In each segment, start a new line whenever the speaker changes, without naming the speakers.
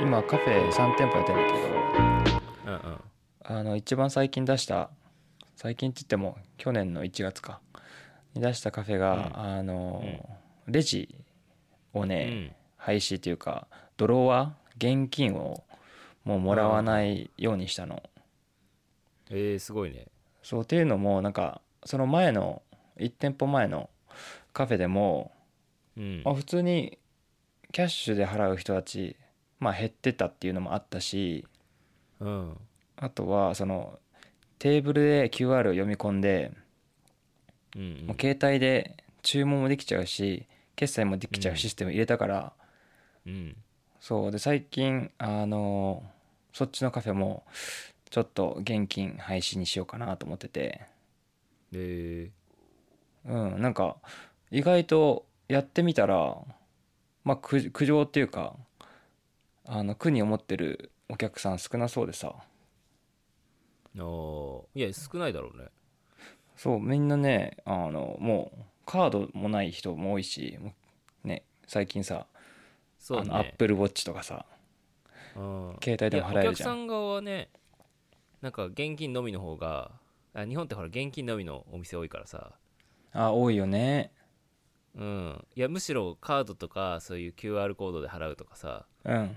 今カフェ3店舗やってるんだけど
うんうん
あの一番最近出した最近って言っても去年の1月かに出したカフェが、
うん
あのレジを
う
ね、
ん
廃止というかドロワー現金をもうもらわないようにしたの。
えー、すごいね
そうっていうのもなんかその前の1店舗前のカフェでも、
うん
まあ、普通にキャッシュで払う人たち、まあ、減ってたっていうのもあったし
うん
あとはそのテーブルで QR を読み込んで
うん
もう携帯で注文もできちゃうし決済もできちゃうシステム入れたから、
うん
そうで最近あのそっちのカフェもちょっと現金廃止にしようかなと思ってて
え
うんなんか意外とやってみたらまあ苦苦情っていうかあの苦に思ってるお客さん少なそうでさ
ー、おーいや少ないだろうね
そうみんなねあのもうカードもない人も多いしもうね最近さ、
そう
あ
ね
のアップルウォッチとかさ
うん
携帯でも払えるじゃん
いやお客さん側はねなんか現金のみの方があ日本ってほら現金のみのお店多いからさ
あ多いよね
うんいやむしろカードとかそういう QR コードで払うとかさ
うん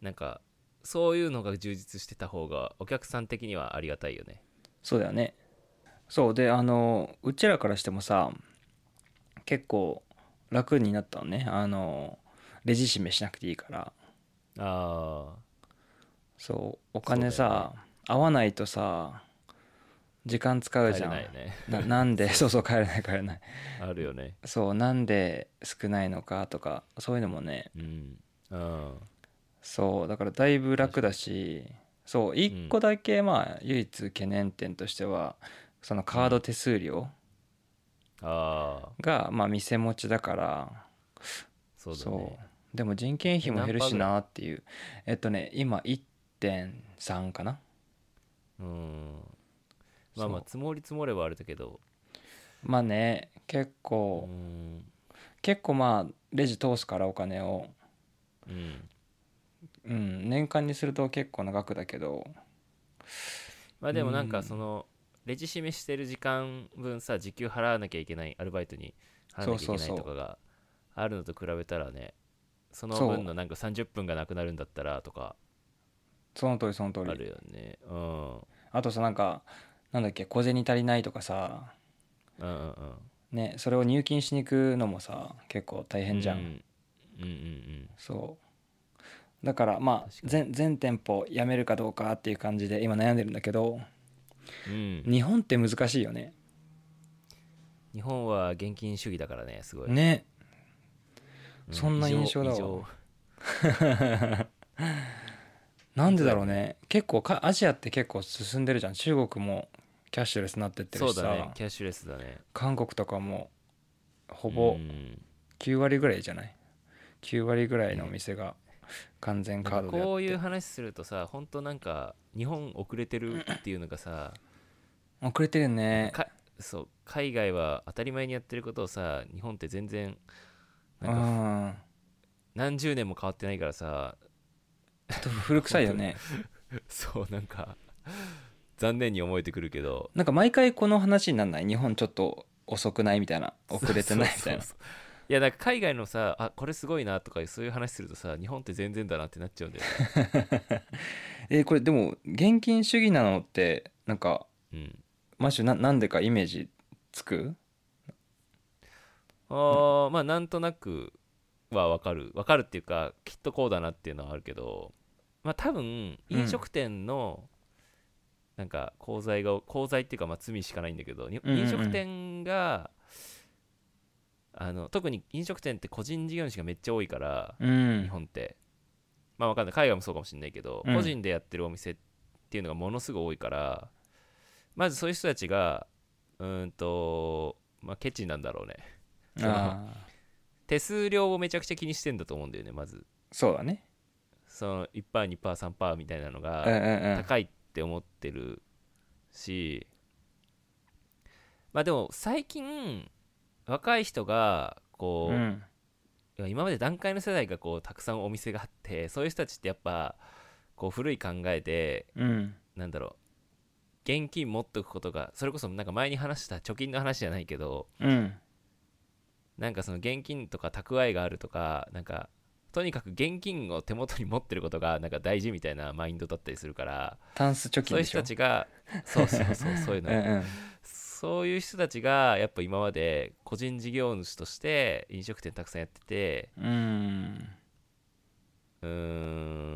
なんかそういうのが充実してた方がお客さん的にはありがたいよね
そうだよねそうであのうちらからしてもさ結構楽になったのねあのレジ締めしなくていいから
あ
そうお金さ、合わないとさ時間使
あ
う
帰
じ
れ
ゃん
ないね
ななんで そうそう帰れない帰れない
あるよね
そうなんで少ないのかとかそういうのもね
うんうん
そうだからだいぶ楽だしそう一個だけまあ唯一懸念点としてはそのカード手数料
ああ
がまあ店持ちだから
そうだ
そ
ね
うでも人件費も減るし
え何パーぐら
なっていうえっとね今1.3かな
うんまあまあ
そう
積もり積もればあれだけど
まあね結
う
構
ん
結構まあレジ通すからお金を
うん
うん年間にすると結構な額だけど
まあでもなん
う
か
ん
そのレジ示してる時間分さ時給払わなきゃいけないアルバイトに払わなきゃいけ
そ
な
うそうそう
いとかがあるのと比べたらねその
そう
分のなんか30分がなくなるんだったらとか
その通りその通
あ
り
るよねうん
あとさなんかなんだっけ小銭足りないとかさ
うんうんうん
ねそれを入金しに行くのもさ結構大変じゃ
うんんうんうん
そうだからまあ
確
全全店舗やめるかどうかっていう感じで今悩んでるんだけど
うんうん
日本って難しいよね
日本は現金主義だからねすごい
ね
う
そんな
異常
印象だわ
異常
なんでだろうね結構かアジアって結構進んでるじゃん中国もキャッシュレスになってってる
そう
しさ、
だねキャッシュレスだね
韓国とかもほぼ
うん
9割ぐらいじゃない9割ぐらいのお店が完全カードでやって
こういう話するとさ本当なんか日本遅れてるっていうのがさ
遅れてるね
かそう海外は当たり前にやってることをさ日本って全然
う
なんか
ん
何十年も変わってないからさ
ちょっと古臭いよね
そうなんか残念に思えてくるけど
なんか毎回この話になんない日本ちょっと遅くないみたいな遅れてないみたいな
そうそうそういやなんか海外のさあこれすごいなとかそういう話するとさ日本って全然だなってなっちゃうんだよね、
えーこれでも現金主義なのってなんか
うん、
マッシュななんでかイメージつく
あーまあなんとなくは分かる分かるっていうかきっとこうだなっていうのはあるけどまあ多分
うん
飲食店のなんか功罪が功罪っていうかまあ罪しかないんだけどに
うんうんうん
飲食店があの特に飲食店って個人事業主がめっちゃ多いから
う
日
ん
本ってまあ分かんない海外もそうかもしれないけど
うん
個人でやってるお店っていうのがものすごい多いからまずそういう人たちがうーんとまあケチなんだろうね
ああ
手数料をめちゃくちゃ気にしてんだと思うんだよねまず
そうだね
その 1%2%3% みたいなの
うんうん
が
うん
高いって思ってるしまあでも最近若い人がこ
う
う、
ん
いやいや今まで団塊の世代がこうたくさんお店があってそういう人たちってやっぱこう古い考えで
うん
なんだろう現金持っとくことがそれこそなんか前に話した貯金の話じゃないけど
うん
なんかその現金とか蓄えがあるとかなんかとにかく現金を手元に持ってることがなんか大事みたいなマインドだったりするから
タンス貯
そ
金
うい
で
う
し
人
ょ
たちがそうそうそうそういうの
うんうん
そういう人たちがやっぱ今まで個人事業主として飲食店たくさんやってて
うん
うー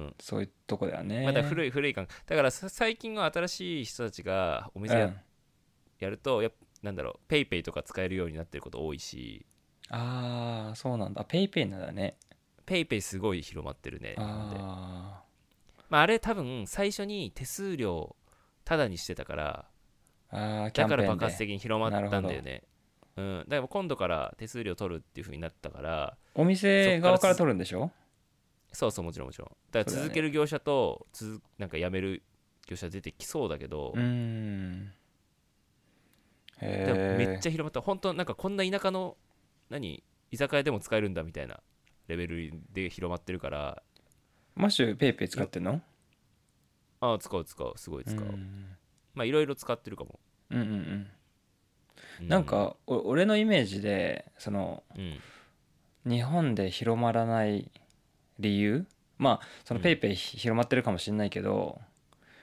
ん
そういうとこだよね
まだ古い古い感だからさ最近は新しい人たちがお
う
店や,、
ん
るとやっなんだろうペイペイとか使えるようになってること多いし
ああそうなんだペイペイなんだね
ペイペイすごい広まってるね日本で
あ
まあ、あれ多分最初に手数料タダにしてたから
ーあーキャ
だ
ンペ
から
ーン
爆
で
発的に広まったんだ
なる
よ
ほ
ねうん、だから今度から手数料取るっていう風になったから
お店側から取るんでしょ
そうそうもちろんもちろんだか
そうだね
ら続ける業者とつづなんか辞める業者出てきそうだけど、
うーん
でも
へえ
めっちゃ広まった本当なんかこんな田舎の何居酒屋でも使えるんだみたいなレベルで広まってるから
マッシュペイペイ使ってんの
ああ使う使うすごい使う、
うん
まあいろいろ使ってるかも、
うんうんうん
う
なん、かお俺のイメージでその
うん、
日本で広まらない理由まあその
うん
ペイペイ広まってるかもしれないけど、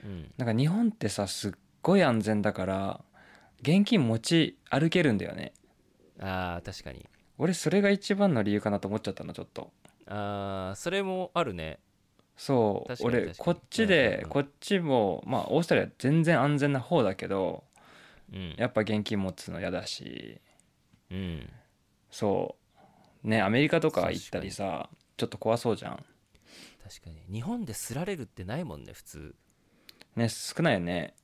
うん、
なんか日本ってさすっごい安全だから現金持ち歩けるんだよね
ああ確かに
俺それが一番の理由かなと思っちゃったのちょっと
ああそれもあるね
そう
確かに確
俺
かに
こっち
うんうん
で
うん
こっちもまあオーストラリア全然安全な方だけど
うん
やっぱ現金持つの嫌だし
うん
そうねアメリカとか行ったりさちょっと怖そうじゃん
確かに日本ですられるってないもんね普通、
ね少ないよね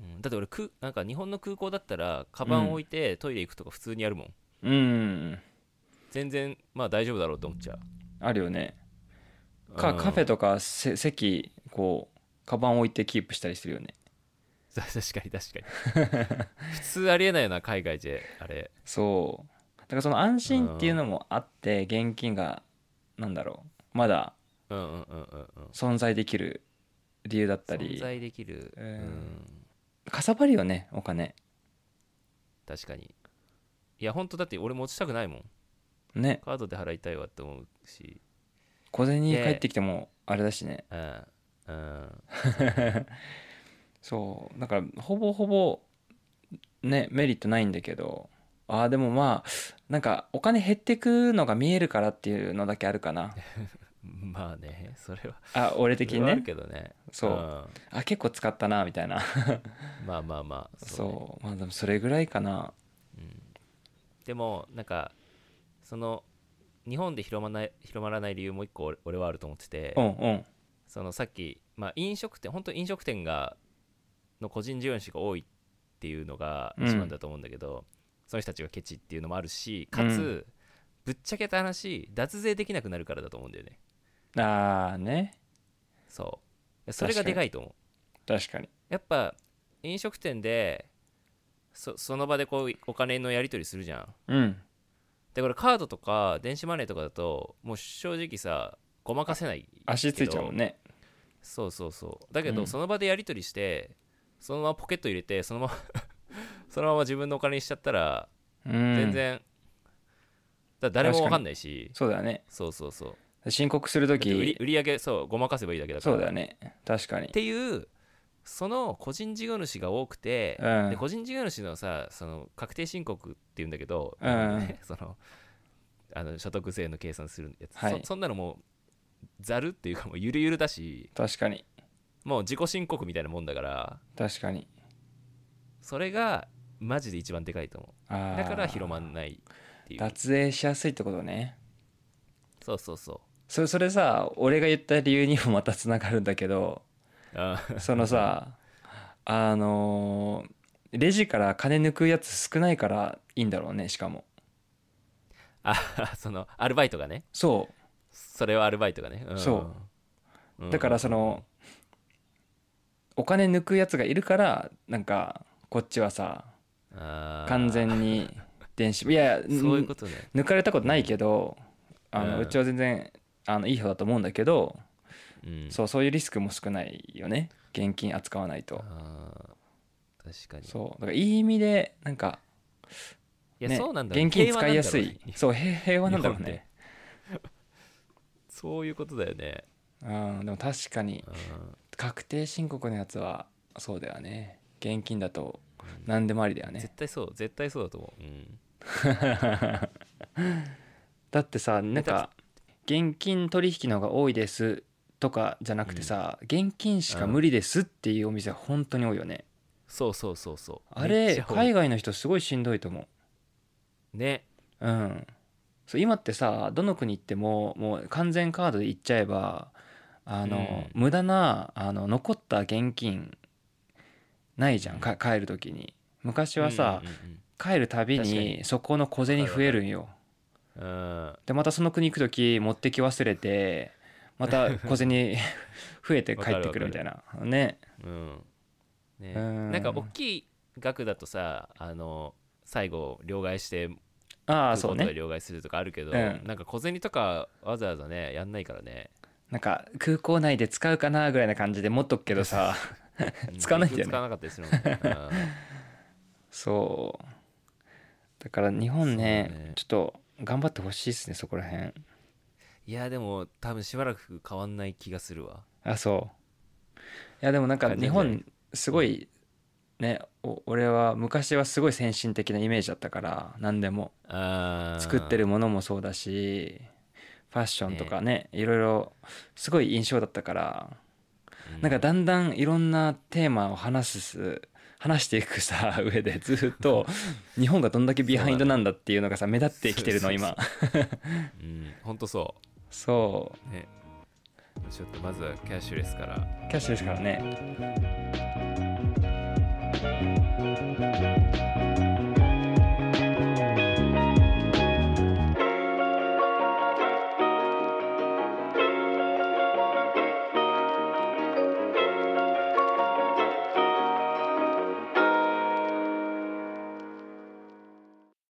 うん、だって俺くなんか日本の空港だったらカバン置いてトイレ行くとか普通にやるもん、
うん
全然まあ大丈夫だろうと思っちゃ
あるよね
う
かカフェ
と
とかせ席こうカバン置いてキープしたりするよね
確かに確かに普通ありえないよな海外であれ
そうだからその安心っていうのもあって現金がなんだろうまだ
うんうんうんうんうん
存在できる理由だった
存
り
在できる、
うん
うん
かさばるよねお金
確かにいや本当だって俺持ちたくないもん
ね
カードで払いたいわって思うし
小銭
ね
返ってきてもあれだしね
うんうん
そうだからほぼほぼねメリットないんだけどあーでもまあなんかお金減ってくのが見えるからっていうのだけあるかな
まあねそれは
あ俺
そ
的
れ
に
はある
ね
けどね
そうんあ結構使ったなみたいな
まあまあまあ
そう
ね
まあでもそれぐらいかな
でもなんかその日本で広まらない広まらない理由もう一個俺俺はあると思ってて
うんうん
そのさっき、まあ、飲食店本当飲食店がの個人事業主が多いっていうのが
うん
一番だと思うんだけど、その人たちがケチっていうのもあるしかつ、
うん
ぶっちゃけた話脱税できなくなるからだと思うんだよね
ああね
そうそれがでかいと思う
確かに
やっぱ飲食店でそその場でこうお金のやり取りするじゃん
うん
でこれカードとか電子マネーとかだともう正直さごまかせない
足ついちゃうもんね
そうそうそうだけ
う
ど
ん
その場でやり取りして、そのままポケット入れてそのまま そのまま自分のお金にしちゃったら
うん
全然、だ誰もわかんないし
そうだよね
そうそうそう
申告する
だって売り
時
売り上げそうごまかせばいいだけだから
そうだよね確かに
っていうその個人事業主が多くて、
うん
で個人事業主のさその確定申告っていうんだけど、
うん
そのあの所得税の計算するやつ、
はい
そそんなのもうざるっていうかもうゆるゆるだし
確かに
もう自己申告みたいなもんだから
確かに
それがマジで一番でかいと思
あ
う
ー
だから広まんないっていう
脱税しやすいってことね
そうそうそ
それそれさ俺が言った理由にもまたつながるんだけど
うあー
そのさあのーレジから金抜くやつ少ないからいいんだろうねしかも
あ そのアルバイトがね
そ
それはアルバイトがね、ん
そ
うん
うだからそのお金抜くやつがいるからなんかこっちはさ
あー
完全に電子いやいや
そういうことね
抜かれたことないけどあの、
う
うんちは全然あのいい方だと思うんだけど、
うん、
そうそういうリスクも少ないよね現金扱わないと
あー確かに
そうだからいい意味でなんか、
いや、
ね
そうなんだろうね
現金
平
使
和なん
い
だ
や
ろ
す
うね
いそう平平和なんだろうね
そういうことだよね、
うんでも確かに
うん
確定申告のやつはそうだよね現金だと
うん
何でもありだよね
絶対そう絶対そうだと思う、うん、
だってさなんか現金取引の方が多いですとかじゃなくてさ、現金しか無理ですっていうお店は本当に多いよね、
そうそうそうそう
あ
めっち
れ
ゃ多い
海外の人すごいしんどいと思
ね
ううんそう今ってさどの国行ってももう完全カードで行っちゃえばあの、
う
無駄なあの残った現金ないじゃんか帰る時に昔はさ、
うんう
帰るたび
確か
にそこの小銭増えるんよ
んうんうん
でまたその国行く時持ってき忘れてま た小銭増えて帰ってくるみたいなね
うんね、
うん
なんか大きい額だとさあの最後両替して
ああ
クー
そう
ポンとか
ね
両替するとかあるけど、
うん
なんか小銭とかわざわざねやんないからね
なんか空港内で使うかなぐらいな感じで持っとくけどさ
う
使わないんだよね
使わなかったりするもんね、
そうだから日本ね
そうね
ちょっと頑張ってほしいですねそこら辺
うんいやでも多分しばらく変わんない気がするわ
あそういやでもなんか
感じ
日
なんじゃない
本すごいねお俺は昔はすごい先進的なイメージだったから何でも
あー
作ってるものもそうだしファッションとかねいろいろすごい印象だったから
う
なんかだんだんいろんなテーマを話す話していくさ上でずっ と日本がどんだけビハインドなんだっていうのがさ目立ってきてるの今
うんほんとそ
そう
ねちょっとまずはキャッシュレスから
うキャッシュですからね
「